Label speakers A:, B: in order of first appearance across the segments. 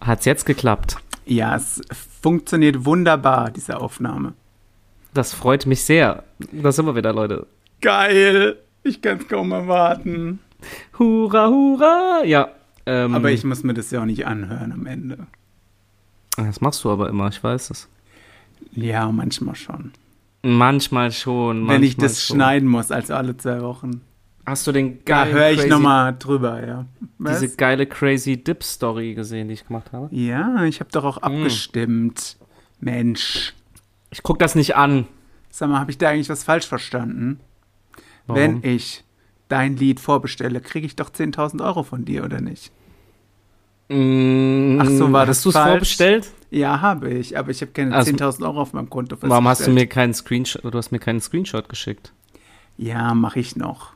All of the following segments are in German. A: Hat's jetzt geklappt?
B: Ja, es funktioniert wunderbar, diese Aufnahme.
A: Das freut mich sehr. Da sind wir wieder, Leute.
B: Geil! Ich kann es kaum erwarten.
A: Hurra, hurra! Ja. ähm,
B: Aber ich muss mir das ja auch nicht anhören am Ende.
A: Das machst du aber immer, ich weiß es.
B: Ja, manchmal schon.
A: Manchmal schon. Manchmal
B: Wenn ich das
A: schon.
B: schneiden muss, also alle zwei Wochen.
A: Hast du den
B: Da
A: geilen,
B: höre ich
A: crazy,
B: nochmal drüber, ja. Was?
A: diese geile Crazy Dip Story gesehen, die ich gemacht habe?
B: ja, ich habe doch
A: Hm.
B: auch abgestimmt. Mensch.
A: Ich guck das nicht an.
B: Sag mal, habe ich da eigentlich was falsch verstanden?
A: Warum?
B: Wenn ich dein Lied vorbestelle, kriege ich doch 10.000 Euro von dir, oder nicht?
A: Mm,
B: Ach so, war das
A: Hast du es
B: falsch?
A: vorbestellt?
B: Ja, habe ich, aber ich habe keine
A: Also-
B: 10.000 Euro auf meinem Konto festgestellt.
A: Warum hast du mir keinen Screenshot, du hast mir keinen Screenshot geschickt?
B: Ja, mache ich noch.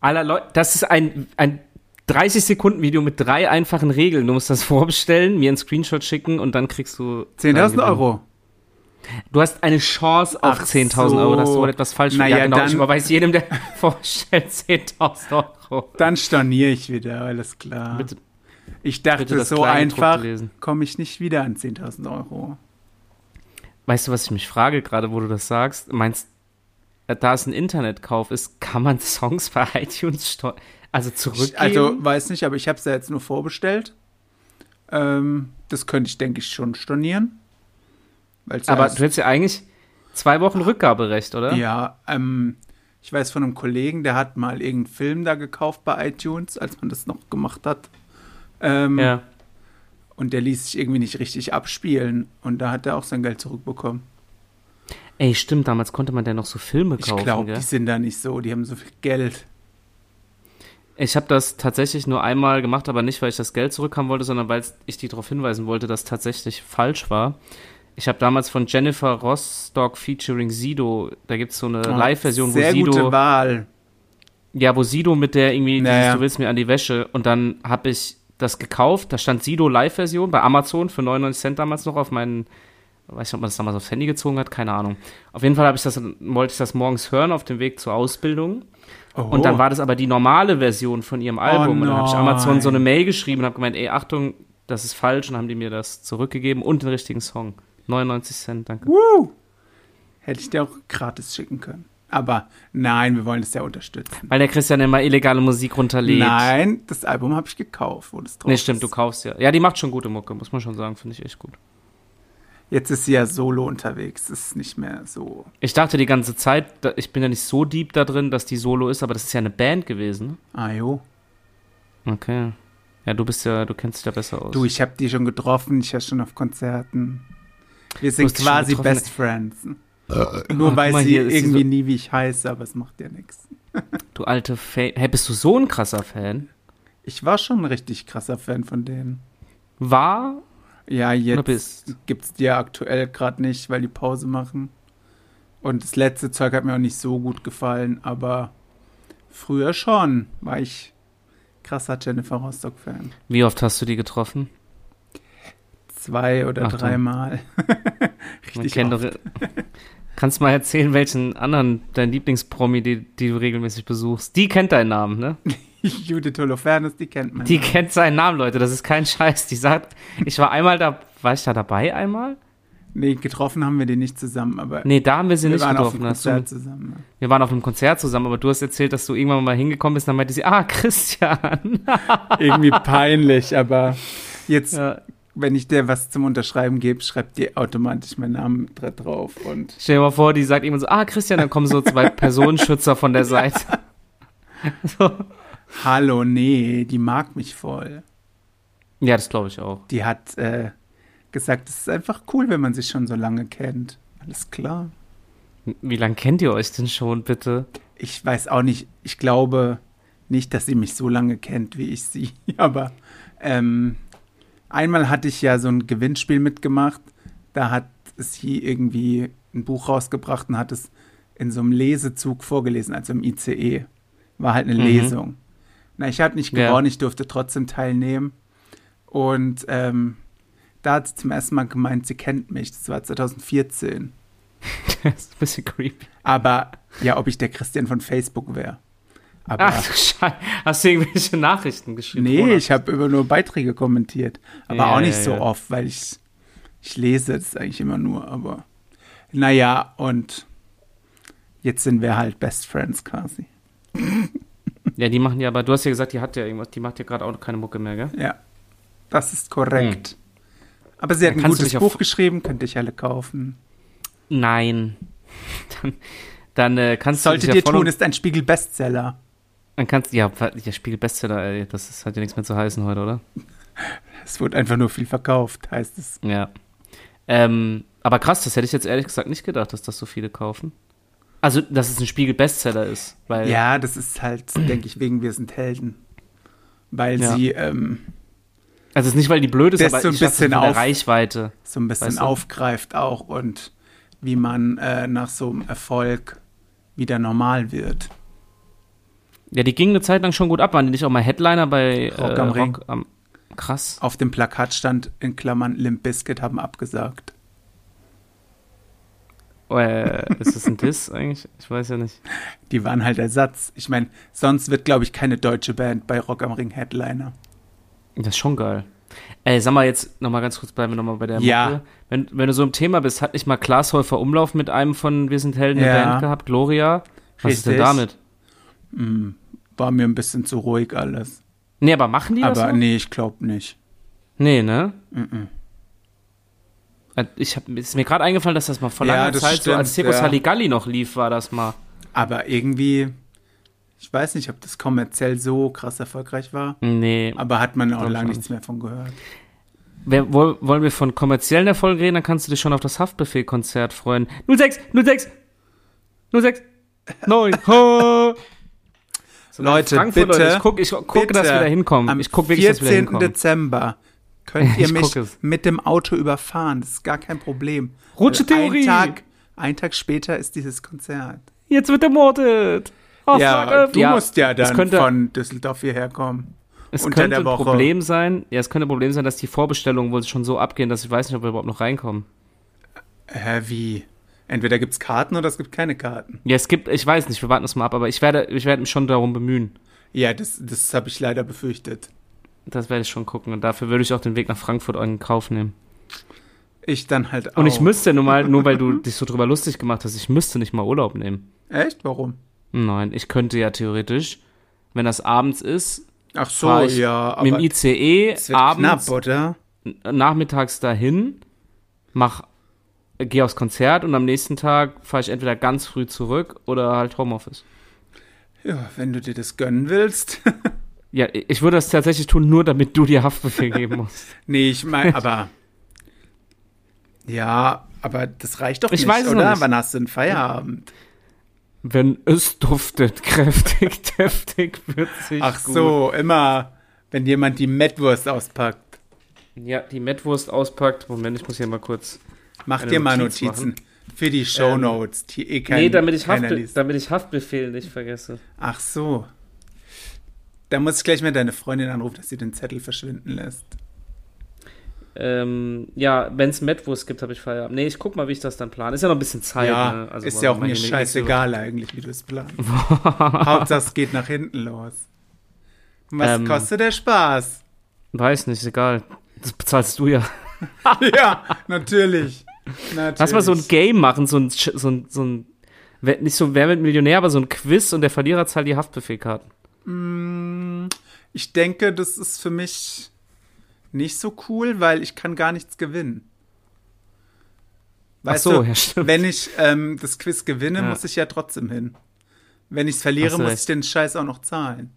A: Aller Leute, das ist ein, ein 30-Sekunden-Video mit drei einfachen Regeln. Du musst das vorbestellen, mir einen Screenshot schicken und dann kriegst du.
B: 10.000
A: deinen
B: Euro.
A: Du hast eine Chance auf
B: Ach
A: 10.000
B: so.
A: Euro, dass du wohl etwas falsch
B: Naja,
A: ja, genau,
B: dann-
A: Ich überweise jedem, der vorstellt, 10.000 Euro.
B: Dann storniere ich wieder, alles klar.
A: Bitte-
B: ich dachte,
A: bitte das
B: so
A: Kleingedruckte
B: einfach
A: lesen.
B: komme ich nicht wieder an 10.000 Euro.
A: Weißt du, was ich mich frage, gerade wo du das sagst? Meinst da es ein Internetkauf ist, kann man Songs bei iTunes steu- also zurückgeben?
B: Ich, also, weiß nicht, aber ich habe es ja jetzt nur vorbestellt. Ähm, das könnte ich, denke ich, schon stornieren. Weil's ja
A: Aber
B: erst-
A: du hättest ja eigentlich zwei Wochen Rückgaberecht, oder?
B: Ja, ähm, ich weiß von einem Kollegen, der hat mal irgendeinen Film da gekauft bei iTunes, als man das noch gemacht hat. Ähm,
A: ja.
B: Und der ließ sich irgendwie nicht richtig abspielen. Und da hat er auch sein Geld zurückbekommen.
A: Ey, stimmt, damals konnte man ja noch so Filme
B: Ich
A: kaufen,
B: glaube, die
A: gell?
B: sind da nicht so. Die haben so viel Geld.
A: Ich habe das tatsächlich nur einmal gemacht, aber nicht, weil ich das Geld zurückhaben wollte, sondern weil ich die darauf hinweisen wollte, dass tatsächlich falsch war. Ich habe damals von Jennifer Rostock featuring Sido, da gibt's so eine Äh, Live-Version, wo
B: Ah, Sehr
A: Sido.
B: gute Wahl.
A: Ja, wo Sido mit der irgendwie,
B: Naja.
A: dieses, du willst mir an die Wäsche. Und dann habe ich das gekauft. Da stand Sido Live-Version bei Amazon für 99 Cent damals noch auf meinen, weiß nicht, ob man das damals aufs Handy gezogen hat, keine Ahnung. Auf jeden Fall habe ich das, wollte ich das morgens hören auf dem Weg zur Ausbildung.
B: Oh.
A: Und dann war das aber die normale Version von ihrem Album. und dann habe ich Amazon so eine Mail geschrieben und habe gemeint, ey, Achtung, das ist falsch. Und dann haben die mir das zurückgegeben und den richtigen Song. 99 Cent, danke.
B: Woo! Hätte ich dir auch gratis schicken können. Aber nein, wir wollen es ja unterstützen.
A: Weil der Christian immer illegale Musik runterlädt.
B: Nein, das Album habe ich gekauft, wo das drauf
A: Nee, stimmt, du
B: ist.
A: kaufst ja. Ja, die macht schon gute Mucke, muss man schon sagen, finde ich echt gut.
B: Jetzt ist sie ja solo unterwegs. Das ist nicht mehr so.
A: Ich dachte die ganze Zeit, da- ich bin ja nicht so deep da drin, dass die Solo ist, aber das ist ja eine Band gewesen.
B: Ah, jo.
A: Okay. Ja, du bist ja, du kennst dich da besser aus.
B: Du, ich habe die schon getroffen, ich war schon auf Konzerten. Wir sind
A: hast die schon
B: quasi
A: getroffen? ne?
B: Best Friends. Nur
A: guck
B: weiß
A: mal,
B: sie
A: hier ist sie
B: irgendwie
A: so-
B: nie, wie ich heiße, aber es macht ja nichts.
A: du alte Fan. Hey, bist du so ein krasser Fan?
B: Ich war schon ein richtig krasser Fan von denen.
A: War
B: Ja,
A: oder
B: jetzt
A: bist?
B: gibt's die ja aktuell gerade nicht, weil die Pause machen. Und das letzte Zeug hat mir auch nicht so gut gefallen, aber früher schon war ich krasser Jennifer Rostock-Fan.
A: Wie oft hast du die getroffen?
B: Zwei oder
A: Achtung.
B: dreimal.
A: Man
B: richtig
A: kennt
B: oft.
A: doch- Kannst mal erzählen, welchen anderen dein Lieblingspromi, die, die du regelmäßig besuchst? Die kennt deinen Namen, ne?
B: Judith Holofernes, die kennt man.
A: Die
B: ja.
A: kennt seinen Namen, Leute. Das ist kein Scheiß. Die sagt, ich war einmal da, war ich da dabei einmal?
B: Nee, getroffen haben wir die nicht zusammen, aber
A: Nee, da haben wir sie
B: wir
A: nicht
B: waren auf
A: getroffen.
B: dem
A: Hast du
B: Konzert zusammen. ja.
A: Wir waren auf einem Konzert zusammen, aber du hast erzählt, dass du irgendwann mal hingekommen bist. Dann meinte sie, ah, Christian.
B: Irgendwie peinlich, aber jetzt,
A: Ja.
B: wenn ich dir was zum Unterschreiben gebe, schreibt dir automatisch meinen Namen dra- drauf. Und
A: Stell dir mal vor, die sagt irgendwann so, ah, Christian, dann kommen so zwei Personenschützer von der Seite. So.
B: hallo, nee, die mag mich voll.
A: Ja, das glaube ich auch.
B: Die hat äh, gesagt, es ist einfach cool, wenn man sich schon so lange kennt. Alles klar.
A: Wie lange kennt ihr euch denn schon, bitte?
B: Ich weiß auch nicht, ich glaube nicht, dass sie mich so lange kennt, wie ich sie, aber ähm, einmal hatte ich ja so ein Gewinnspiel mitgemacht, da hat sie irgendwie ein Buch rausgebracht und hat es in so einem Lesezug vorgelesen, also im ICE. War halt eine
A: Mhm.
B: Lesung. Na, ich habe nicht
A: Ja.
B: gewonnen, ich durfte trotzdem teilnehmen. Und ähm, da hat sie zum ersten Mal gemeint, sie kennt mich. Das war 2014.
A: Das ist ein bisschen creepy.
B: Aber ja, ob ich der Christian von Facebook wäre. Aber
A: Ach du Scheiße. Hast du irgendwelche Nachrichten geschrieben?
B: nee,
A: Roland?
B: ich habe immer nur Beiträge kommentiert. Aber
A: Ja,
B: auch nicht
A: ja,
B: so
A: ja.
B: oft, weil ich, ich lese es eigentlich immer nur. Aber naja, und jetzt sind wir halt Best Friends quasi.
A: Ja, die machen ja, aber du hast ja gesagt, die hat ja irgendwas, die macht ja gerade auch keine Mucke mehr, gell?
B: Ja, das ist korrekt. Aber sie hat
A: Dann Hm.
B: ein
A: kannst du
B: gutes
A: mich auf-
B: Buch geschrieben, könnte ich alle kaufen.
A: Hm. Nein. Dann, dann äh, kannst
B: Sollte
A: du
B: dir
A: dich ja voll
B: tun,
A: und,
B: ist ein Spiegel-Bestseller.
A: dann kannst ja, der Spiegel Bestseller, ey, das ist, hat ja nichts mehr zu heißen heute, oder?
B: Es wurde einfach nur viel verkauft, heißt es.
A: Ja. Ähm, aber krass, das hätte ich jetzt ehrlich gesagt nicht gedacht, dass das so viele kaufen. Also, dass es ein Spiegel Bestseller ist, weil
B: Ja, das ist halt, denke ich, wegen Wir sind Helden. Weil
A: Ja.
B: sie ähm,
A: also es ist nicht, weil die blöd ist,
B: Das
A: aber
B: so ein
A: ich schätze,
B: bisschen
A: von der
B: auf-
A: Reichweite.
B: so ein bisschen
A: Weißt du?
B: aufgreift auch und wie man äh, nach so einem Erfolg wieder normal wird.
A: Ja, die gingen eine Zeit lang schon gut ab, waren die nicht auch mal Headliner bei
B: Rock
A: äh,
B: am Ring.
A: Rock am Krass.
B: Auf dem Plakat stand in Klammern Limp Bizkit haben abgesagt.
A: Äh, ist das ein Diss eigentlich? Ich weiß ja nicht.
B: Die waren halt Ersatz. Ich meine, sonst wird, glaube ich, keine deutsche Band bei Rock am Ring Headliner.
A: Das ist schon geil. Ey, sag mal jetzt nochmal ganz kurz, bleiben wir nochmal bei der
B: Ja.
A: Mucke. Wenn, wenn du so im Thema bist, hat nicht mal Glashäufer Umlauf mit einem von Wir sind Helden eine
B: Ja.
A: Band gehabt, Gloria? Was ist denn
B: Richtig.
A: damit?
B: Hm, war mir ein bisschen zu ruhig alles.
A: Nee, aber machen die das
B: Aber
A: noch?
B: nee, ich glaube nicht.
A: Nee, ne?
B: Mhm.
A: Äh, Ich hab, ist mir gerade eingefallen, dass das mal vor
B: Ja,
A: langer
B: das
A: Zeit, so
B: stimmt,
A: als Circus
B: ja.
A: Halligalli noch lief, war das mal.
B: Aber irgendwie, ich weiß nicht, ob das kommerziell so krass erfolgreich war.
A: Nee.
B: Aber hat man auch
A: Glaub
B: lange
A: schon.
B: nichts mehr von gehört.
A: Wer, woll, wollen wir von kommerziellen Erfolgen reden, dann kannst du dich schon auf das Haftbefehl-Konzert freuen. 06, 06, 06, 9, ho! So,
B: Leute,
A: Frankfurt,
B: bitte,
A: Leute, ich gucke, ich guck, dass
B: bitte,
A: wir da hinkommen.
B: Am
A: Ich gucke wirklich, dass wir da
B: 14.
A: hinkommen.
B: Dezember könnt ihr
A: Ich
B: mich
A: guck es.
B: mit dem Auto überfahren. Das ist gar kein Problem.
A: Rutschetheorie.
B: Ein Tag, ein Tag später ist dieses Konzert.
A: Jetzt wird ermordet. Oh, fuck,
B: ja,
A: äh,
B: du musst ja
A: es
B: dann
A: könnte,
B: von Düsseldorf hierher kommen.
A: es
B: unter
A: könnte
B: der
A: ein
B: Woche.
A: Problem sein. Ja, es könnte ein Problem sein, dass die Vorbestellungen wohl schon so abgehen, dass ich weiß nicht, ob wir überhaupt noch reinkommen.
B: Hä, wie? Entweder gibt es Karten oder es gibt keine Karten.
A: Ja, es gibt, ich weiß nicht, wir warten es mal ab, aber ich werde, ich werde mich schon darum bemühen.
B: Ja, das, das habe ich leider befürchtet.
A: Das werde ich schon gucken. Und dafür würde ich auch den Weg nach Frankfurt in Kauf nehmen.
B: Ich dann halt auch.
A: Und ich müsste nur mal, nur weil du dich so drüber lustig gemacht hast, ich müsste nicht mal Urlaub nehmen.
B: Echt? Warum?
A: Nein, ich könnte ja theoretisch, wenn das abends ist,
B: Ach so,
A: fahr ich
B: ja.
A: mit dem
B: aber
A: ICE
B: es wird
A: abends,
B: knapp, oder?
A: nachmittags dahin, mach, geh aufs Konzert und am nächsten Tag fahre ich entweder ganz früh zurück oder halt Homeoffice.
B: Ja, wenn du dir das gönnen willst.
A: Ja, ich würde das tatsächlich tun, nur damit du dir Haftbefehl geben musst.
B: Nee, ich meine, aber. Ja, aber das reicht doch
A: Ich
B: nicht,
A: weiß es noch
B: oder?
A: nicht.
B: Wann hast du einen Feierabend?
A: Wenn es duftet, kräftig, deftig, würzig.
B: Ach
A: gut.
B: so, immer, wenn jemand die Mettwurst auspackt.
A: Ja, die Mettwurst auspackt. Moment, ich muss hier mal kurz.
B: Mach
A: Eine
B: dir mal
A: Notiz Ähm,
B: Notizen für die Shownotes, die eh kein,
A: nee, damit ich,
B: keiner
A: Haftbe
B: liest.
A: damit ich Haftbefehl nicht vergesse.
B: Ach so. Da muss ich gleich mal deine Freundin anrufen, dass sie den Zettel verschwinden lässt.
A: Ähm, ja, wenn es Mettwurst gibt, habe ich Feierabend. Nee, ich guck mal, wie ich das dann plane. Ist ja noch ein bisschen Zeit.
B: ja,
A: ne? Also
B: ist ja auch
A: mal
B: mir
A: hier eine
B: scheißegal eigentlich, wie du es planst. Hauptsache, es geht nach hinten los. Was
A: Ähm.
B: kostet der Spaß?
A: Weiß nicht, ist egal. Das bezahlst du ja.
B: ja, natürlich. natürlich.
A: Lass mal so ein Game machen, so ein, Sch- so ein, so ein wer- nicht so Wer wird Millionär, aber so ein Quiz und der Verlierer zahlt die Haftbefehlkarten.
B: Mm, Ich denke, das ist für mich nicht so cool, weil ich kann gar nichts gewinnen.
A: Ach
B: Weißt
A: so,
B: du,
A: ja, stimmt.
B: wenn ich ähm, das Quiz gewinne,
A: Ja.
B: muss ich ja trotzdem hin. Wenn ich es verliere,
A: Hast du
B: muss
A: recht.
B: ich den Scheiß auch noch zahlen.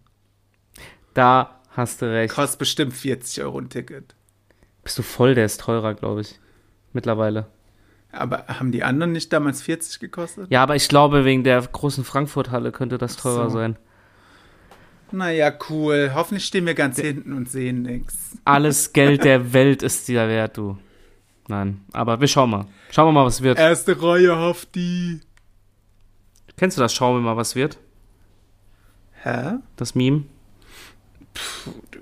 A: Da hast du recht.
B: Kostet bestimmt 40 Euro ein Ticket.
A: Bist du voll, der ist teurer, glaube ich. Mittlerweile.
B: Aber haben die anderen nicht damals 40 gekostet?
A: Ja, aber ich glaube, wegen der großen Frankfurt-Halle könnte das teurer
B: so.
A: sein.
B: Naja, cool. Hoffentlich stehen wir ganz hinten und sehen nichts.
A: Alles Geld der Welt ist dir wert, du. Nein, aber wir schauen mal. Schauen wir mal, was wird.
B: Erste Reihe, Hafti.
A: Kennst du das? Schauen wir mal, was wird?
B: Hä?
A: Das Meme?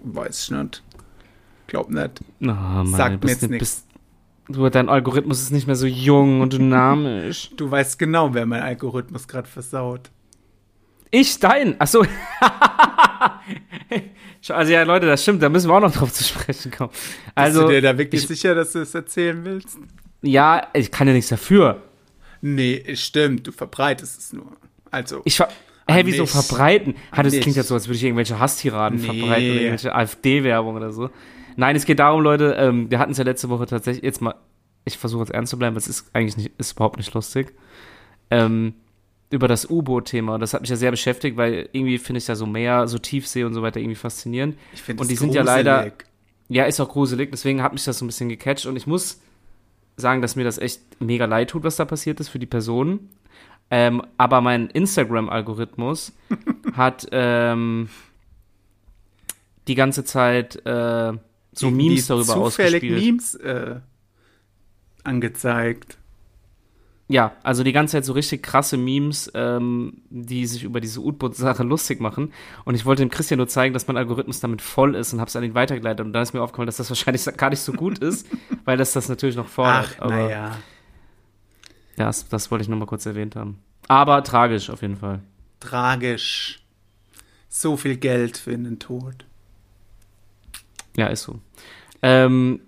B: Weiß ich nicht. Glaub nicht.
A: Oh, Mann,
B: Sagt
A: du
B: mir
A: bist
B: jetzt
A: ne-
B: nichts.
A: bist- Du, dein Algorithmus ist nicht mehr so jung und dynamisch.
B: Du weißt genau, wer mein Algorithmus gerade versaut.
A: Ich dein. Ach so. also ja, Leute, das stimmt. Da müssen wir auch noch drauf zu sprechen kommen.
B: Bist
A: Also
B: du dir da wirklich
A: ich,
B: sicher, dass du es erzählen willst?
A: ja, ich kann ja nichts dafür.
B: Nee, stimmt, du verbreitest es nur. Also,
A: Ich ver Hä, wieso
B: mich.
A: verbreiten? Hat das
B: mich.
A: klingt ja so, als würde ich irgendwelche Hasstiraden
B: Nee.
A: verbreiten oder irgendwelche AfD-Werbung oder so. Nein, es geht darum, Leute, ähm, wir hatten es ja letzte Woche tatsächlich, jetzt mal, ich versuche jetzt ernst zu bleiben, weil es ist eigentlich nicht, ist überhaupt nicht lustig. Ähm, über das U-Boot-Thema. Das hat mich ja sehr beschäftigt, weil irgendwie finde ich ja so Meer, so Tiefsee und so weiter irgendwie faszinierend.
B: ich finde
A: und
B: es
A: die sind ja leider-
B: gruselig.
A: Ja, ist auch gruselig, deswegen hat mich das so ein bisschen gecatcht und ich muss sagen, dass mir das echt mega leid tut, was da passiert ist für die Personen. Ähm, aber mein Instagram-Algorithmus hat ähm, die ganze Zeit äh, so
B: Die-
A: Memes
B: die
A: darüber
B: zufällig
A: ausgespielt.
B: Memes äh, angezeigt.
A: Ja, also die ganze Zeit so richtig krasse Memes, ähm, die sich über diese U-Boot-Sache lustig machen. Und ich wollte dem Christian nur zeigen, dass mein Algorithmus damit voll ist und habe es an ihn weitergeleitet. Und dann ist mir aufgefallen, dass das wahrscheinlich gar nicht so gut ist, weil das das natürlich noch fordert.
B: Ach,
A: Aber
B: naja.
A: Ja, das, das wollte ich nochmal kurz erwähnt haben. Aber tragisch auf jeden Fall.
B: Tragisch. So viel Geld für einen Tod.
A: Ja, ist so. Ähm,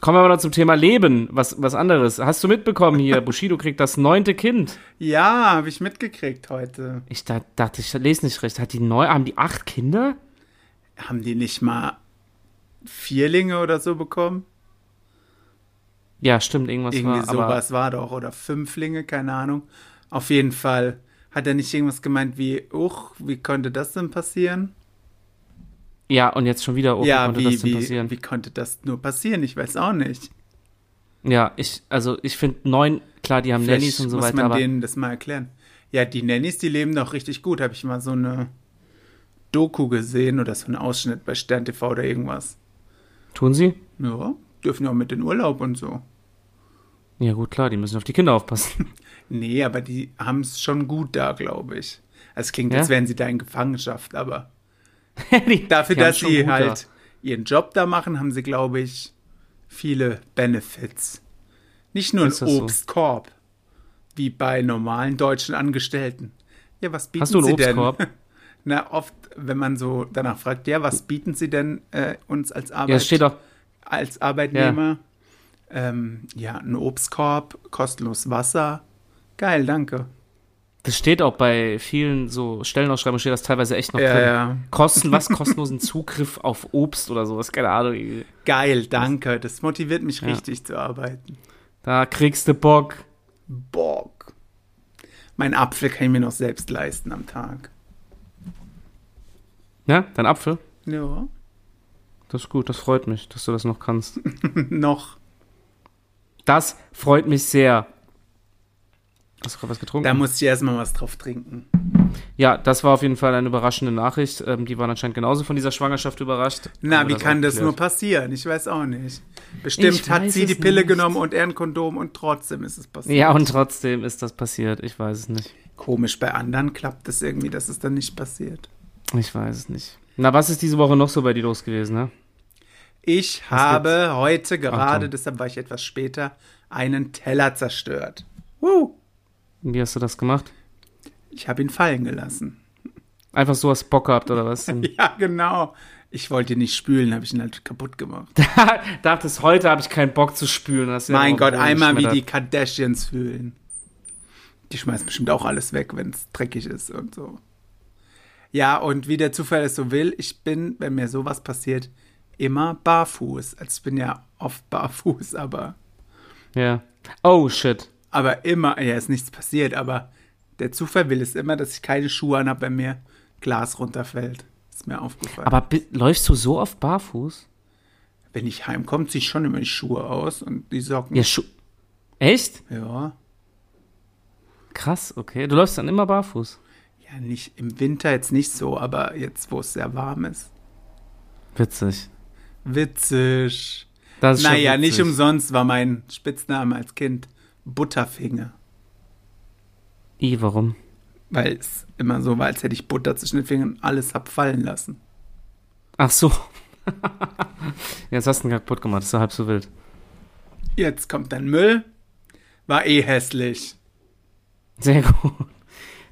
A: kommen wir mal noch zum Thema Leben, was, was anderes. Hast du mitbekommen hier, Bushido kriegt das neunte Kind.
B: Ja, habe ich mitgekriegt heute.
A: Ich da, dachte, ich lese nicht recht. Hat die neu, haben die acht Kinder?
B: Haben die nicht mal Vierlinge oder so bekommen?
A: Ja, stimmt, irgendwas
B: Irgendwie
A: war. Aber,
B: sowas war doch. Oder Fünflinge, keine Ahnung. Auf jeden Fall hat er nicht irgendwas gemeint wie, uch, wie konnte das denn passieren?
A: ja, und jetzt schon wieder, oh, wie
B: ja,
A: konnte
B: wie,
A: das denn
B: wie,
A: passieren?
B: wie konnte das nur passieren? Ich weiß auch nicht.
A: Ja, ich, also ich finde neun, klar, die haben
B: Vielleicht
A: Nannies und so
B: muss
A: weiter,
B: man
A: aber
B: denen das mal erklären. Ja, die Nannies, die leben doch richtig gut. Habe ich mal so eine Doku gesehen oder so einen Ausschnitt bei Stern TV oder irgendwas.
A: tun sie?
B: Ja, dürfen ja auch mit in Urlaub und so.
A: Ja, gut, klar, die müssen auf die Kinder aufpassen.
B: Nee, aber die haben es schon gut da, glaube ich. Also es klingt,
A: Ja?
B: als wären sie da in Gefangenschaft, aber
A: Die-
B: dafür,
A: die haben
B: dass
A: schon
B: sie
A: gut da.
B: halt ihren Job da machen, haben sie, glaube ich, viele Benefits. Nicht nur ein
A: Ist das so?
B: Obstkorb, wie bei normalen deutschen Angestellten. Ja, was bieten
A: Hast du einen
B: sie denn?
A: Obstkorb?
B: Na, oft, wenn man so danach fragt, ja, was bieten sie denn äh, uns als Arbeit?
A: Ja, es steht doch,
B: als Arbeitnehmer. Ja. Ähm, ja, ein Obstkorb, kostenlos Wasser. Geil, danke.
A: Das steht auch bei vielen so Stellenausschreibungen, steht das teilweise echt noch
B: Ja,
A: drin.
B: ja.
A: Kosten, was kostenlosen Zugriff auf Obst oder sowas, keine Ahnung. irgendwie.
B: Geil, danke. Das motiviert mich richtig zu arbeiten.
A: Da kriegst du Bock.
B: Bock. Mein Apfel kann ich mir noch selbst leisten am Tag.
A: Ne? Dein Apfel?
B: Ja,
A: Das ist gut, das freut mich, dass du das noch kannst.
B: noch.
A: Das freut mich sehr. Hast du gerade was getrunken?
B: Da muss ich erstmal was drauf trinken.
A: ja, das war auf jeden Fall eine überraschende Nachricht. Ähm, die waren anscheinend genauso von dieser Schwangerschaft überrascht.
B: Na,
A: Haben wir
B: wie kann
A: auch
B: das
A: geklärt.
B: nur passieren? Ich weiß auch nicht. Bestimmt
A: Ich
B: hat
A: weiß
B: sie die
A: es
B: Pille
A: nicht.
B: genommen und er ein Kondom und trotzdem ist es passiert.
A: Ja, und trotzdem ist das passiert. Ich weiß es nicht.
B: Komisch, bei anderen klappt es irgendwie, dass es dann nicht passiert.
A: Ich weiß es nicht. Na, was ist diese Woche noch so bei dir los gewesen, ne?
B: Ich habe heute
A: Ach,
B: gerade,
A: Tom.
B: deshalb war ich etwas später, einen Teller zerstört. Woo!
A: Wie hast du das gemacht?
B: Ich habe ihn fallen gelassen.
A: Einfach so hast Bock gehabt oder was?
B: Ja, genau. Ich wollte ihn nicht spülen, habe ich ihn halt kaputt gemacht.
A: Dachtest, heute habe ich keinen Bock zu spülen. Hast ja
B: mein
A: auch
B: Gott,
A: wohl
B: einmal wie
A: geschmettert.
B: die Kardashians fühlen. Die schmeißen bestimmt auch alles weg, wenn es dreckig ist und so. Ja, und wie der Zufall es so will, ich bin, wenn mir sowas passiert, immer barfuß. Also ich bin ja oft barfuß, aber
A: Ja. Oh, shit.
B: Aber immer, ja, ist nichts passiert, aber der Zufall will es immer, dass ich keine Schuhe anhabe, wenn mir Glas runterfällt. Ist mir aufgefallen.
A: Aber bi- läufst du so oft barfuß?
B: wenn ich heimkomme, ziehe ich schon immer die Schuhe aus und die Socken.
A: Ja, Schu Echt?
B: Ja.
A: Krass, okay. Du läufst dann immer barfuß.
B: Ja, nicht im Winter jetzt nicht so, aber jetzt, wo es sehr warm ist.
A: Witzig.
B: Witzig.
A: Das ist schon
B: naja,
A: witzig.
B: nicht um umsonst war mein Spitzname als Kind Butterfinger.
A: I, warum?
B: Weil es immer so war, als hätte ich Butter zwischen den Fingern und alles hab fallen lassen.
A: Ach so. Jetzt hast du ihn kaputt gemacht. Das ist ja halb so wild.
B: Jetzt kommt dann Müll. War eh hässlich.
A: Sehr gut.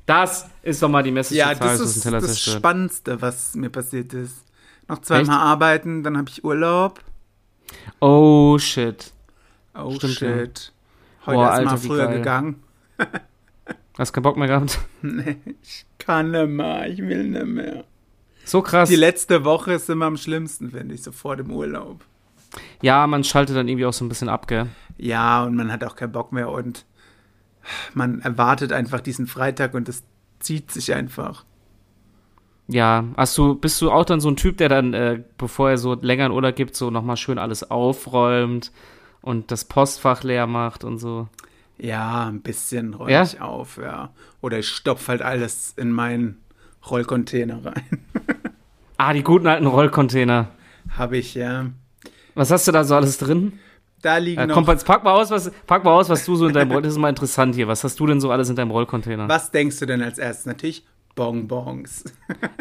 A: Das ist doch mal die Message
B: Ja,
A: des Tages,
B: das
A: was den
B: ist
A: Teller
B: das
A: zerstört.
B: Spannendste, was mir passiert ist. Noch zweimal
A: Echt?
B: arbeiten, dann habe ich Urlaub.
A: Oh shit.
B: Oh
A: Stimmt, ja.
B: shit. Heute
A: Boah,
B: ist mal
A: Alter, wie
B: früher
A: geil.
B: gegangen.
A: Hast keinen Bock mehr gehabt?
B: Nee, ich kann nicht mehr, ich will nicht mehr.
A: So krass.
B: Die letzte Woche ist immer am schlimmsten, finde ich, so vor dem Urlaub.
A: Ja, man schaltet dann irgendwie auch so ein bisschen ab, gell?
B: Ja, und man hat auch keinen Bock mehr und man erwartet einfach diesen Freitag und es zieht sich einfach.
A: Ja, hast du, bist du auch dann so ein Typ, der dann, äh, bevor er so länger in Urlaub gibt, so nochmal schön alles aufräumt und das Postfach leer macht und so?
B: Ja, ein bisschen räume
A: Ja?
B: ich auf, ja. Oder ich stopfe halt alles in meinen Rollcontainer rein.
A: Ah, die guten alten Rollcontainer.
B: Habe ich, ja.
A: Was hast du da so alles drin?
B: Da liegen
A: Äh,
B: noch.
A: komm, pack pack mal aus, was, pack mal aus, was du so in deinem Roll. Das ist mal interessant hier. Was hast du denn so alles in deinem Rollcontainer?
B: was denkst du denn als erstes? Natürlich Bonbons.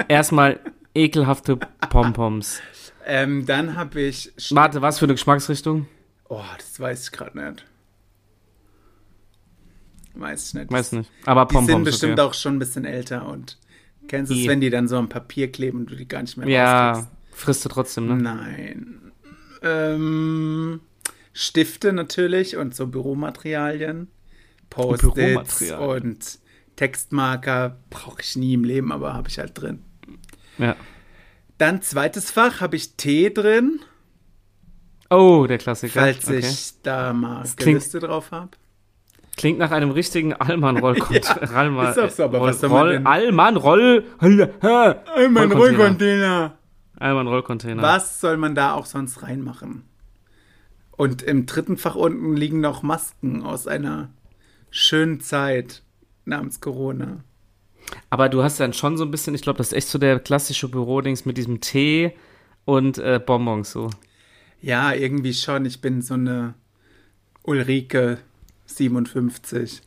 A: Erstmal ekelhafte Pompoms.
B: Ähm, dann habe ich. Sch-
A: Warte, was für eine Geschmacksrichtung?
B: Oh, das weiß ich gerade nicht. Weiß ich nicht.
A: Weiß nicht. Aber
B: Die
A: Pompoms.
B: sind bestimmt
A: okay.
B: auch schon ein bisschen älter und kennst du es,
A: I.
B: wenn die dann so am Papier kleben und du die gar nicht mehr
A: Ja,
B: rauskriegst?
A: frisst du trotzdem,
B: Mhm.
A: ne?
B: Nein. Ähm, Stifte natürlich und so Büromaterialien. Post-its
A: Büromaterialien.
B: und Textmarker brauche ich nie im Leben, aber habe ich halt drin.
A: Ja.
B: Dann zweites Fach habe ich Tee drin,
A: Oh, der Klassiker.
B: falls
A: Okay.
B: ich da mal
A: klingt-
B: Gelüste drauf habe.
A: Klingt nach einem richtigen Allmann-Rollcontainer. ja, Allmann,
B: ist auch so, aber
A: Roll,
B: was soll man
A: äh, Roll,
B: denn?
A: Allmann-Roll...
B: Mein
A: Allmann-Rollcontainer.
B: Rollcontainer.
A: Allmann-Rollcontainer.
B: Was soll man da auch sonst reinmachen? Und im dritten Fach unten liegen noch Masken aus einer schönen Zeit namens Corona.
A: Aber du hast dann schon so ein bisschen, ich glaube, das ist echt so der klassische Bürodings mit diesem Tee und äh, Bonbons so.
B: Ja, irgendwie schon. Ich bin so eine Ulrike 57.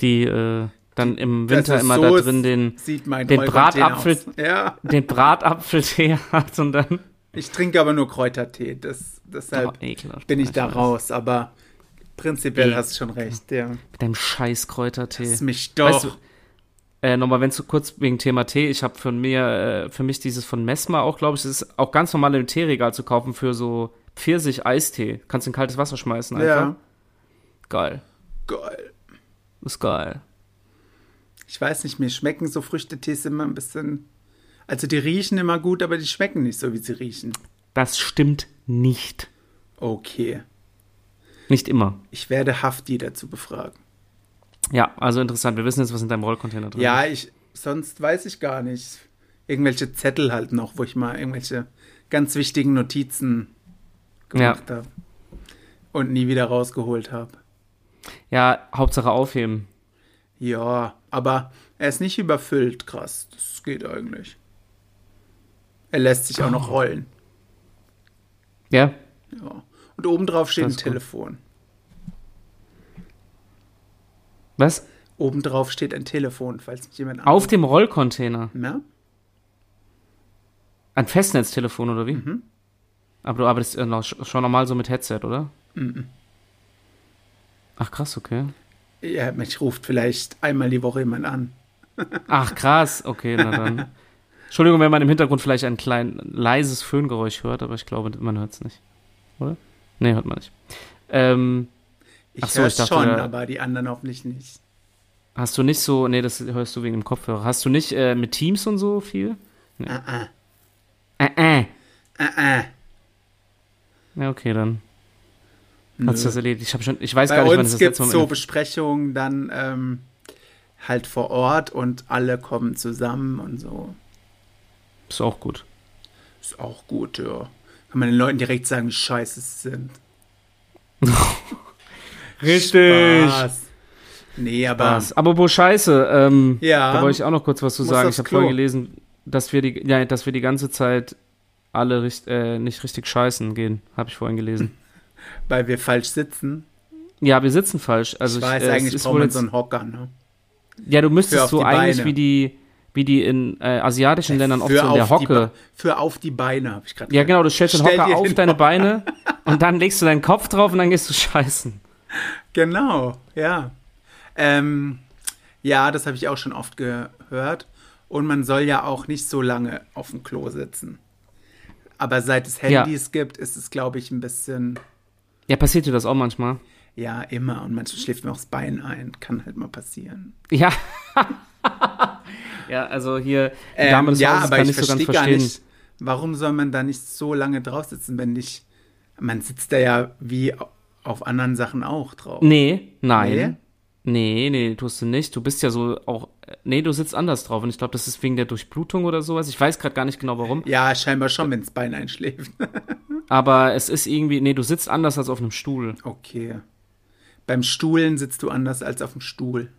A: Die äh, dann im Winter
B: Also
A: immer
B: so
A: da
B: ist-
A: drin den,
B: sieht mein
A: den
B: Rollcontainer
A: Bratapfel-
B: aus. Ja,
A: den Bratapfeltee hat und dann.
B: ich trinke aber nur Kräutertee. Das,
A: Oh,
B: deshalb
A: ekelhaft.
B: bin ich da
A: weiß.
B: raus. Aber prinzipiell
A: Ekel.
B: hast du schon recht. Ja,
A: Mit deinem scheiß Kräutertee.
B: ist mich doch.
A: Weißt du, Äh, Nochmal, wenn zu kurz wegen Thema Tee, ich habe von mir, äh, für mich dieses von Messmer auch, glaube ich, das ist auch ganz normal im Teeregal zu kaufen für so Pfirsich-Eistee. Kannst in kaltes Wasser schmeißen einfach.
B: ja,
A: Geil.
B: geil.
A: Ist geil.
B: Ich weiß nicht, mir schmecken so Früchtetees immer ein bisschen. Also die riechen immer gut, aber die schmecken nicht so, wie sie riechen.
A: Das stimmt nicht.
B: Okay.
A: Nicht immer.
B: Ich werde Hafti dazu befragen.
A: Ja, also interessant. Wir wissen jetzt, was in deinem Rollcontainer drin ist.
B: Ja, ich. Sonst weiß ich gar nicht. Irgendwelche Zettel halt noch, wo ich mal irgendwelche ganz wichtigen Notizen gemacht habe. Und nie wieder rausgeholt habe.
A: Ja, Hauptsache aufheben.
B: Ja, aber er ist nicht überfüllt, krass. Das geht eigentlich. Er lässt sich auch noch
A: Oh.
B: rollen.
A: Ja?
B: Ja. Und obendrauf steht
A: Das
B: ein
A: ist gut.
B: Telefon.
A: Was?
B: Obendrauf steht ein Telefon, falls mich jemand ne?
A: Auf dem Rollcontainer.
B: Na?
A: Ein Festnetztelefon oder wie?
B: Mhm.
A: Aber du arbeitest äh, noch, schon normal so mit Headset, oder?
B: Mhm.
A: Ach krass, okay.
B: Ja, mich ruft vielleicht einmal die Woche jemand an.
A: Ach krass, okay, na dann. Entschuldigung, wenn man im Hintergrund vielleicht ein klein leises Föhngeräusch hört, aber ich glaube, man hört es nicht. Oder? Nee, hört man nicht. Ähm,
B: Ich
A: Ach so,
B: höre
A: ich dachte,
B: schon,
A: ja.
B: aber die anderen hoffentlich nicht.
A: hast du nicht so, nee, das hörst du wegen dem Kopfhörer. Hast du nicht äh, mit Teams und so viel?
B: Ah, ah,
A: Äh, äh.
B: ah, ah.
A: Ja, okay, dann.
B: Nö.
A: Hat's das erledigt. Ich, hab schon, ich weiß
B: Bei
A: gar nicht, wann ich
B: uns
A: das
B: gibt
A: letzte
B: es
A: Mal.
B: so
A: mit-
B: Besprechungen dann ähm, halt vor Ort und alle kommen zusammen und so.
A: Ist auch gut.
B: Ist auch gut, ja. Kann man den Leuten direkt sagen, wie scheiße sie sind. Spaß. Nee, aber
A: Spaß. Apropos Scheiße, ähm,
B: Ja.
A: da wollte ich auch noch kurz was zu
B: Muss
A: sagen.
B: aufs
A: Ich habe
B: Klo.
A: vorhin gelesen, dass wir die, ja, dass wir die ganze Zeit alle richt, äh, nicht richtig scheißen gehen, habe ich vorhin gelesen.
B: weil wir falsch sitzen.
A: Ja, wir sitzen falsch. Also
B: ich weiß,
A: äh, es
B: eigentlich
A: ist
B: braucht
A: wohl
B: man
A: jetzt-
B: so einen Hocker, ne?
A: Ja, du
B: Hör auf
A: müsstest so
B: die
A: eigentlich
B: Beine.
A: wie die wie die in äh, asiatischen Ländern oft
B: Für
A: so in der
B: auf die
A: Hocke.
B: Be- Für auf die Beine, habe ich gerade
A: Ja, genau, du stellst den
B: Stell
A: Hocker
B: dir
A: auf
B: den
A: deine Beine und dann legst du deinen Kopf drauf und dann gehst du scheißen.
B: Genau, ja. Ähm, Ja, das habe ich auch schon oft gehört. Und man soll ja auch nicht so lange auf dem Klo sitzen. Aber seit es Handys gibt, ist es, glaube ich, ein bisschen,
A: Ja, passiert dir das auch manchmal?
B: ja, immer. Und manchmal schläft mir auch das Bein ein. Kann halt mal passieren.
A: Ja. ja, also hier, die
B: Ähm,
A: Dame des
B: ja,
A: Hauses
B: aber
A: kann
B: ich
A: ich so ganz
B: verstehe gar
A: verstehen.
B: nicht, warum soll man da nicht so lange drauf sitzen, wenn nicht. Man sitzt da ja wie au- auf anderen Sachen auch drauf.
A: Nee, nein. Nee? nee, tust du nicht. Du bist ja so auch. Nee, du sitzt anders drauf. Und ich glaube, das ist wegen der Durchblutung oder sowas. Ich weiß gerade gar nicht genau warum.
B: Ja, scheinbar schon, wenn das Bein einschläft.
A: Aber es ist irgendwie. Nee, du sitzt anders als auf einem Stuhl.
B: Okay. Beim Stuhlen sitzt du anders als auf dem Stuhl.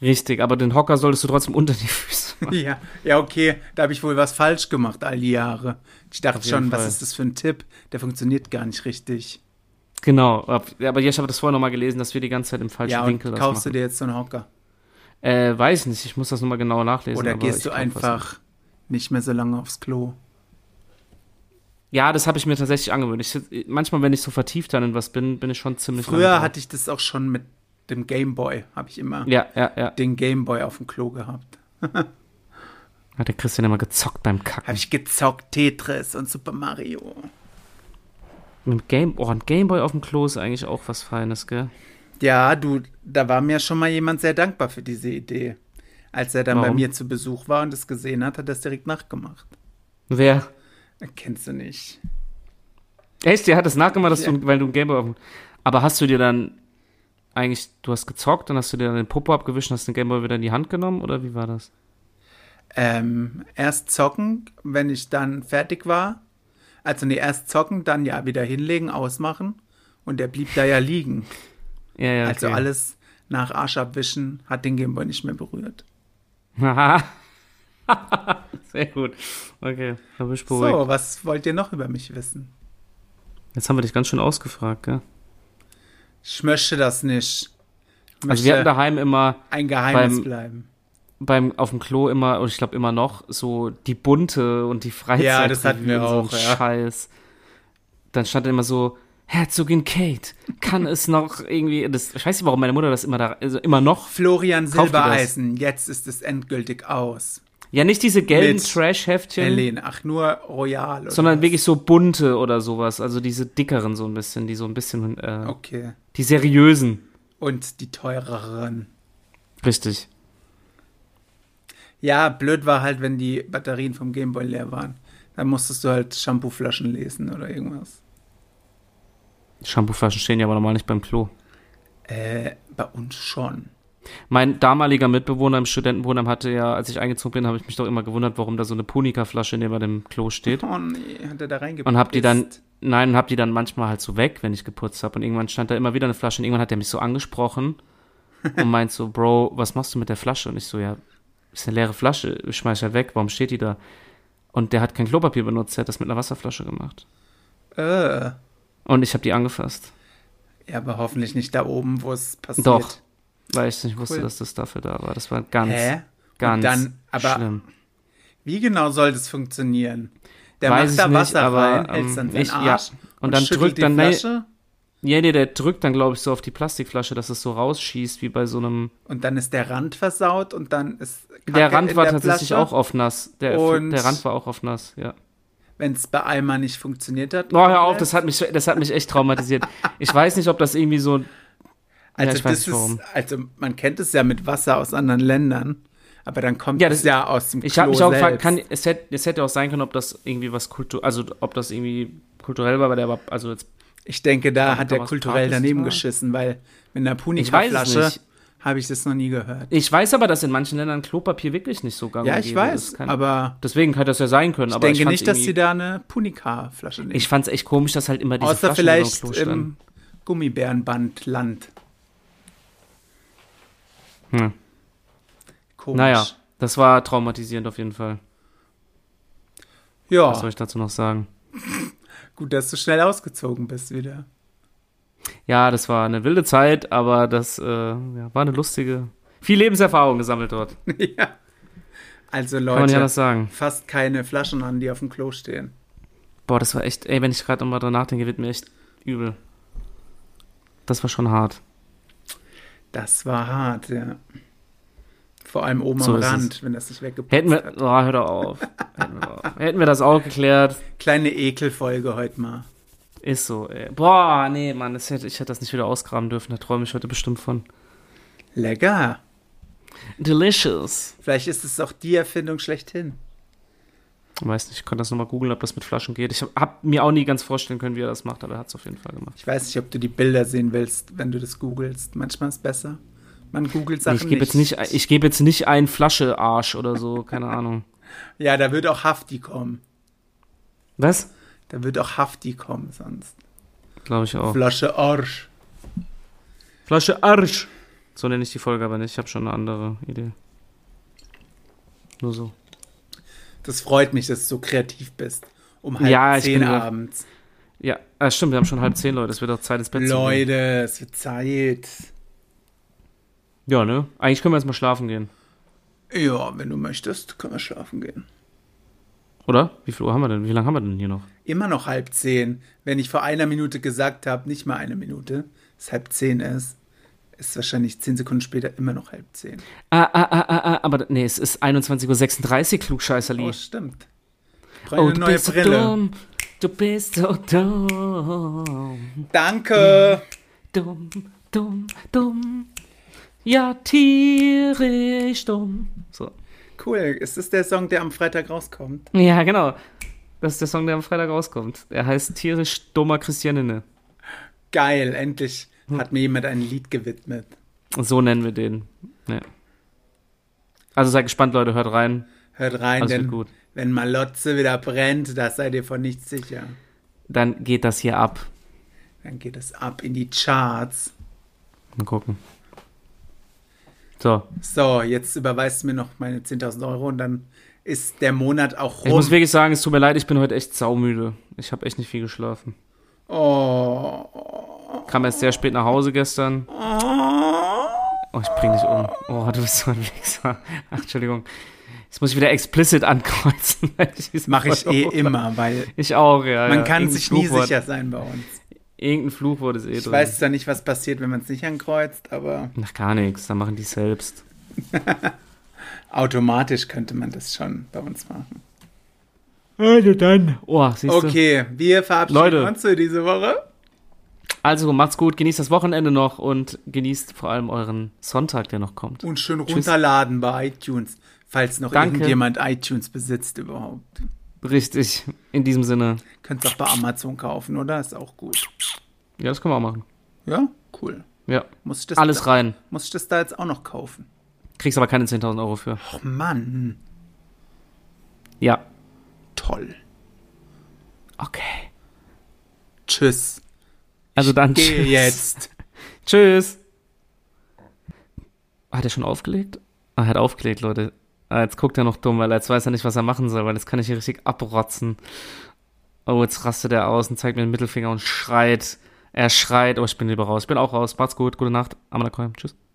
A: Richtig, aber den Hocker solltest du trotzdem unter die Füße machen.
B: Ja, ja, okay. Da habe ich wohl was falsch gemacht all die Jahre. Ich dachte
A: Auf jeden
B: schon, was
A: Fall.
B: ist das für ein Tipp? Der funktioniert gar nicht richtig.
A: Genau. ab- Aber ich habe das vorher nochmal gelesen, dass wir die ganze Zeit im falschen
B: ja, und
A: Winkel das
B: kaufst du
A: machen.
B: dir jetzt so einen Hocker?
A: Äh, weiß nicht, ich muss das nochmal genau nachlesen.
B: Oder
A: aber ich
B: gehst du
A: glaub, was-
B: einfach nicht mehr so lange aufs Klo?
A: Ja, das habe ich mir tatsächlich angewöhnt. Ich, sit- manchmal, wenn ich so vertieft dann in was bin, bin ich schon ziemlich. lange
B: Früher
A: drauf.
B: hatte ich das auch schon mit dem Gameboy, habe ich immer
A: Ja, ja, ja.
B: den Gameboy auf dem Klo gehabt.
A: Hat der Christian immer gezockt beim Kacken.
B: Habe ich gezockt, Tetris und Super Mario.
A: Mit dem Game, oh, ein Gameboy auf dem Klo ist eigentlich auch was Feines, gell?
B: Ja, du, da war mir schon mal jemand sehr dankbar für diese Idee. Als er dann bei
A: Warum?
B: mir zu Besuch war und es gesehen hat, hat er es direkt nachgemacht.
A: Wer?
B: Kennst du nicht.
A: Echt, der hat das nachgemacht, dass
B: Ja.
A: du, weil du ein Gameboy auf dem. Aber hast du dir dann eigentlich, du hast gezockt, dann hast du dir dann den Popo abgewischt und hast den Gameboy wieder in die Hand genommen oder wie war das?
B: Ähm, erst zocken, wenn ich dann fertig war. Also nee, erst zocken, dann ja wieder hinlegen, ausmachen. Und er blieb da ja liegen.
A: Ja, ja.
B: Also
A: okay.
B: alles nach Arsch abwischen, hat den Gameboy nicht mehr berührt.
A: Haha. Sehr gut. Okay, da bin ich beruhigt.
B: So, was wollt ihr noch über mich wissen?
A: Jetzt haben wir dich ganz schön ausgefragt, gell?
B: Ich möchte das nicht. Ich
A: Also
B: möchte
A: wir hatten daheim immer
B: ein Geheimnis
A: beim-
B: bleiben.
A: beim auf dem Klo immer, und ich glaube immer noch, so die bunte und die Freizeit.
B: Ja, das hatten wir
A: so ein
B: auch, ja.
A: Scheiß. Dann stand immer so, Herzogin Kate, kann es noch irgendwie. Das, ich weiß nicht, warum meine Mutter das immer da, also immer noch.
B: Florian
A: Kauft ihr das?
B: Silbereisen, jetzt ist es endgültig aus.
A: Ja, nicht diese gelben
B: Mit
A: Trash-Heftchen,
B: Helene, ach nur Royal. Oder
A: sondern
B: was?
A: wirklich so bunte oder sowas. Also diese dickeren so ein bisschen, die so ein bisschen, äh,
B: Okay.
A: die seriösen.
B: Und die teureren.
A: Richtig.
B: Ja, blöd war halt, wenn die Batterien vom Gameboy leer waren. Dann musstest du halt Shampooflaschen lesen oder irgendwas.
A: Shampooflaschen stehen ja aber normal nicht beim Klo.
B: Äh, bei uns schon.
A: Mein damaliger Mitbewohner im Studentenwohnheim hatte ja, als ich eingezogen bin, habe ich mich doch immer gewundert, warum da so eine Punika-Flasche neben dem Klo steht.
B: Oh nee, hat er da reingepisst.
A: Und hab die dann, nein, und hab die dann manchmal halt so weg, wenn ich geputzt habe. Und irgendwann stand da immer wieder eine Flasche und irgendwann hat er mich so angesprochen und meint so, Bro, was machst du mit der Flasche? Und ich so, ja, ist eine leere Flasche, ich schmeiß halt weg, warum steht die da? Und der hat kein Klopapier benutzt, der hat das mit einer Wasserflasche gemacht.
B: Äh,
A: Und ich habe die angefasst,
B: ja, aber hoffentlich nicht da oben, wo es passiert.
A: Doch. weil ich nicht wusste,
B: Cool.
A: dass das dafür da war. Das war ganz,
B: Hä?
A: ganz
B: Und dann, aber
A: schlimm.
B: wie genau soll das funktionieren? Der
A: Weiß
B: macht da
A: ich nicht,
B: Wasser
A: aber,
B: rein,
A: ähm,
B: hält's dann seinen
A: ich- ja.
B: Arsch
A: Und dann
B: schüttelt
A: drückt
B: die
A: dann- nee.
B: Flasche
A: Ja, nee, der drückt dann, glaube ich, so auf die Plastikflasche, dass es so rausschießt, wie bei so einem.
B: und dann ist der Rand versaut und dann ist Kacke
A: der Rand
B: in
A: war
B: der
A: tatsächlich
B: Flasche.
A: auch auf nass. Der,
B: Und-
A: der Rand war auch auf nass, ja.
B: Wenn es bei einmal nicht funktioniert hat.
A: Oh, hör auf, das hat mich, das hat mich echt traumatisiert. Ich weiß nicht, ob das irgendwie so.
B: also
A: ja, ich
B: das
A: weiß nicht warum.
B: ist, also man kennt es ja mit Wasser aus anderen Ländern, aber dann kommt
A: Ja,
B: es
A: das-
B: ja aus dem
A: Ich
B: Klo
A: habe mich auch
B: selbst.
A: gefragt, kann, es, hätte, es hätte auch sein können, ob das irgendwie was kultur, also ob das irgendwie kulturell war, weil der war, also jetzt.
B: ich denke, da
A: Kann-
B: hat
A: kann
B: er
A: was
B: kulturell
A: Praktisches
B: daneben
A: machen?
B: geschissen, weil mit einer
A: Ich weiß es
B: Punika-Flasche
A: nicht.
B: habe ich das noch nie gehört.
A: Ich weiß aber, dass in manchen Ländern Klopapier wirklich nicht so gang
B: Ja,
A: und
B: ich
A: gäbe
B: weiß,
A: ist. Kann-
B: aber
A: Deswegen hätte das ja sein können,
B: ich
A: aber
B: denke
A: ich fand's
B: nicht, dass
A: irgendwie-
B: sie da eine Punika-Flasche nehmen.
A: Ich fand's echt komisch, dass halt immer diese
B: Außer
A: Flaschen
B: vielleicht
A: so im Klo standen.
B: im Gummibärenbandland.
A: Hm.
B: Komisch.
A: Naja, das war traumatisierend auf jeden Fall. Was soll
B: Ja,
A: ich dazu noch sagen?
B: gut, dass du schnell ausgezogen bist wieder.
A: Ja, das war eine wilde Zeit, aber das äh, ja, war eine lustige. Viel Lebenserfahrung gesammelt dort.
B: ja. Also
A: Kann man nicht
B: Leute,
A: anders sagen.
B: fast keine Flaschen an, die auf dem Klo stehen.
A: Boah, das war echt, ey, wenn ich gerade nochmal dran nachdenke, wird mir echt übel. Das war schon hart.
B: Das war hart, ja. Vor allem oben
A: So
B: am
A: ist es.
B: Rand, wenn das nicht weggeputzt
A: Hätten wir.
B: hat.
A: Oh, hör doch auf. Hätten wir auf. Hätten wir das auch geklärt.
B: Kleine Ekelfolge heute mal.
A: Ist so, ey. Boah, nee, Mann, das hätte, ich hätte das nicht wieder ausgraben dürfen. Da träume ich heute bestimmt von.
B: Lecker.
A: Delicious.
B: Vielleicht ist es auch die Erfindung schlechthin.
A: Ich weiß nicht, ich konnte das nochmal googeln, ob das mit Flaschen geht. Ich habe hab mir auch nie ganz vorstellen können, wie er das macht, aber er hat es auf jeden Fall gemacht.
B: Ich weiß nicht, ob du die Bilder sehen willst, wenn du das googelst. Manchmal ist besser. Man googelt Sachen
A: ich gebe jetzt, nicht, ich geb jetzt nicht ein Flasche Arsch oder so, keine Ahnung.
B: Ja, da wird auch Hafti kommen.
A: Was?
B: Da wird auch Hafti kommen sonst.
A: Glaube ich auch.
B: Flasche Orsch.
A: Flasche Arsch. So nenne ich die Folge aber nicht. Ich habe schon eine andere Idee. Nur so.
B: Das freut mich, dass du so kreativ bist. Um halb
A: Ja, ich
B: zehn
A: bin ja-
B: abends.
A: Ja, ah, stimmt, wir haben schon halb zehn, Leute. Es wird auch Zeit, ins Bett zu gehen.
B: Leute, es wird Zeit.
A: Ja, ne? Eigentlich können wir jetzt mal schlafen gehen,
B: Ja, wenn du möchtest, können wir schlafen gehen.
A: oder? Wie viel Uhr haben wir denn? Wie lange haben wir denn hier noch?
B: Immer noch halb zehn. Wenn ich vor einer Minute gesagt habe, nicht mal eine Minute, es halb zehn ist, ist wahrscheinlich zehn Sekunden später immer noch halb zehn.
A: Ah, ah, ah, ah, ah, aber da- nee, es ist 21.36 Uhr, klugscheißerli.
B: Oh, stimmt. Ich brauche eine neue
A: Oh, so
B: Brille.
A: dumm. Du bist so dumm.
B: Danke.
A: Dumm, dumm, dumm. Ja, tierisch dumm. So.
B: Cool. Ist das der Song, der am Freitag rauskommt?
A: Ja, genau. Das ist der Song, der am Freitag rauskommt. Er heißt Tierisch dummer Christianine.
B: Geil. Endlich
A: Hm.
B: hat mir jemand ein Lied gewidmet.
A: So nennen wir den. Ja. Also seid gespannt, Leute, hört rein.
B: Hört rein,
A: Alles wird
B: denn
A: gut.
B: wenn Malotze wieder brennt, das seid ihr von nichts sicher.
A: Dann geht das hier ab.
B: Dann geht es ab in die Charts.
A: Mal gucken. So,
B: So, jetzt überweist du mir noch meine 10.000 Euro und dann ist der Monat auch
A: ich muss
B: rum.
A: wirklich sagen, es tut mir leid, ich bin heute echt saumüde. Ich habe echt nicht viel geschlafen.
B: Oh.
A: Kam erst sehr spät nach Hause gestern. Oh, ich bring dich um. Oh, du bist so ein Wichser. Ach, Entschuldigung. Jetzt muss ich wieder explicit ankreuzen. weil diese
B: Mache ich
A: Folge
B: eh
A: hoch-
B: immer, weil
A: Ich auch, ja.
B: man
A: ja.
B: kann
A: Irgendein
B: sich nie
A: Fluchwort-
B: sicher sein bei uns.
A: Irgendein Fluchwort ist eh
B: Ich
A: drin.
B: weiß zwar nicht, was passiert, wenn man es nicht ankreuzt, aber
A: Ach, gar nichts. Dann machen die selbst.
B: automatisch könnte man das schon bei uns machen.
A: Also dann. Oh, siehst du.
B: Okay, wir verabschieden
A: Leute.
B: uns für diese Woche.
A: Also, macht's gut. Genießt das Wochenende noch und genießt vor allem euren Sonntag, der noch kommt.
B: Und schön
A: Tschüss.
B: runterladen bei iTunes, falls noch
A: Danke.
B: irgendjemand iTunes besitzt überhaupt.
A: Richtig. In diesem Sinne.
B: Könnt auch bei Amazon kaufen, oder? Ist auch gut.
A: Ja, das können wir auch machen.
B: Ja, cool.
A: Ja.
B: Muss ich das,
A: Alles
B: da,
A: rein.
B: muss ich das da jetzt auch noch kaufen?
A: Kriegst aber keine 10.000 Euro für.
B: Och Mann,
A: Ja.
B: toll.
A: Okay.
B: Tschüss.
A: Also dann
B: Geh
A: tschüss.
B: jetzt.
A: Tschüss. Oh, Hat er schon aufgelegt? Ah, er hat aufgelegt, Leute. Ah, jetzt guckt er noch dumm, weil jetzt weiß er nicht, was er machen soll, weil jetzt kann ich hier richtig abrotzen. Oh, jetzt rastet er aus und zeigt mir den Mittelfinger und schreit. Er schreit. Oh, ich bin lieber raus. Ich bin auch raus. Macht's gut. Gute Nacht. Amanda Koyem. Tschüss.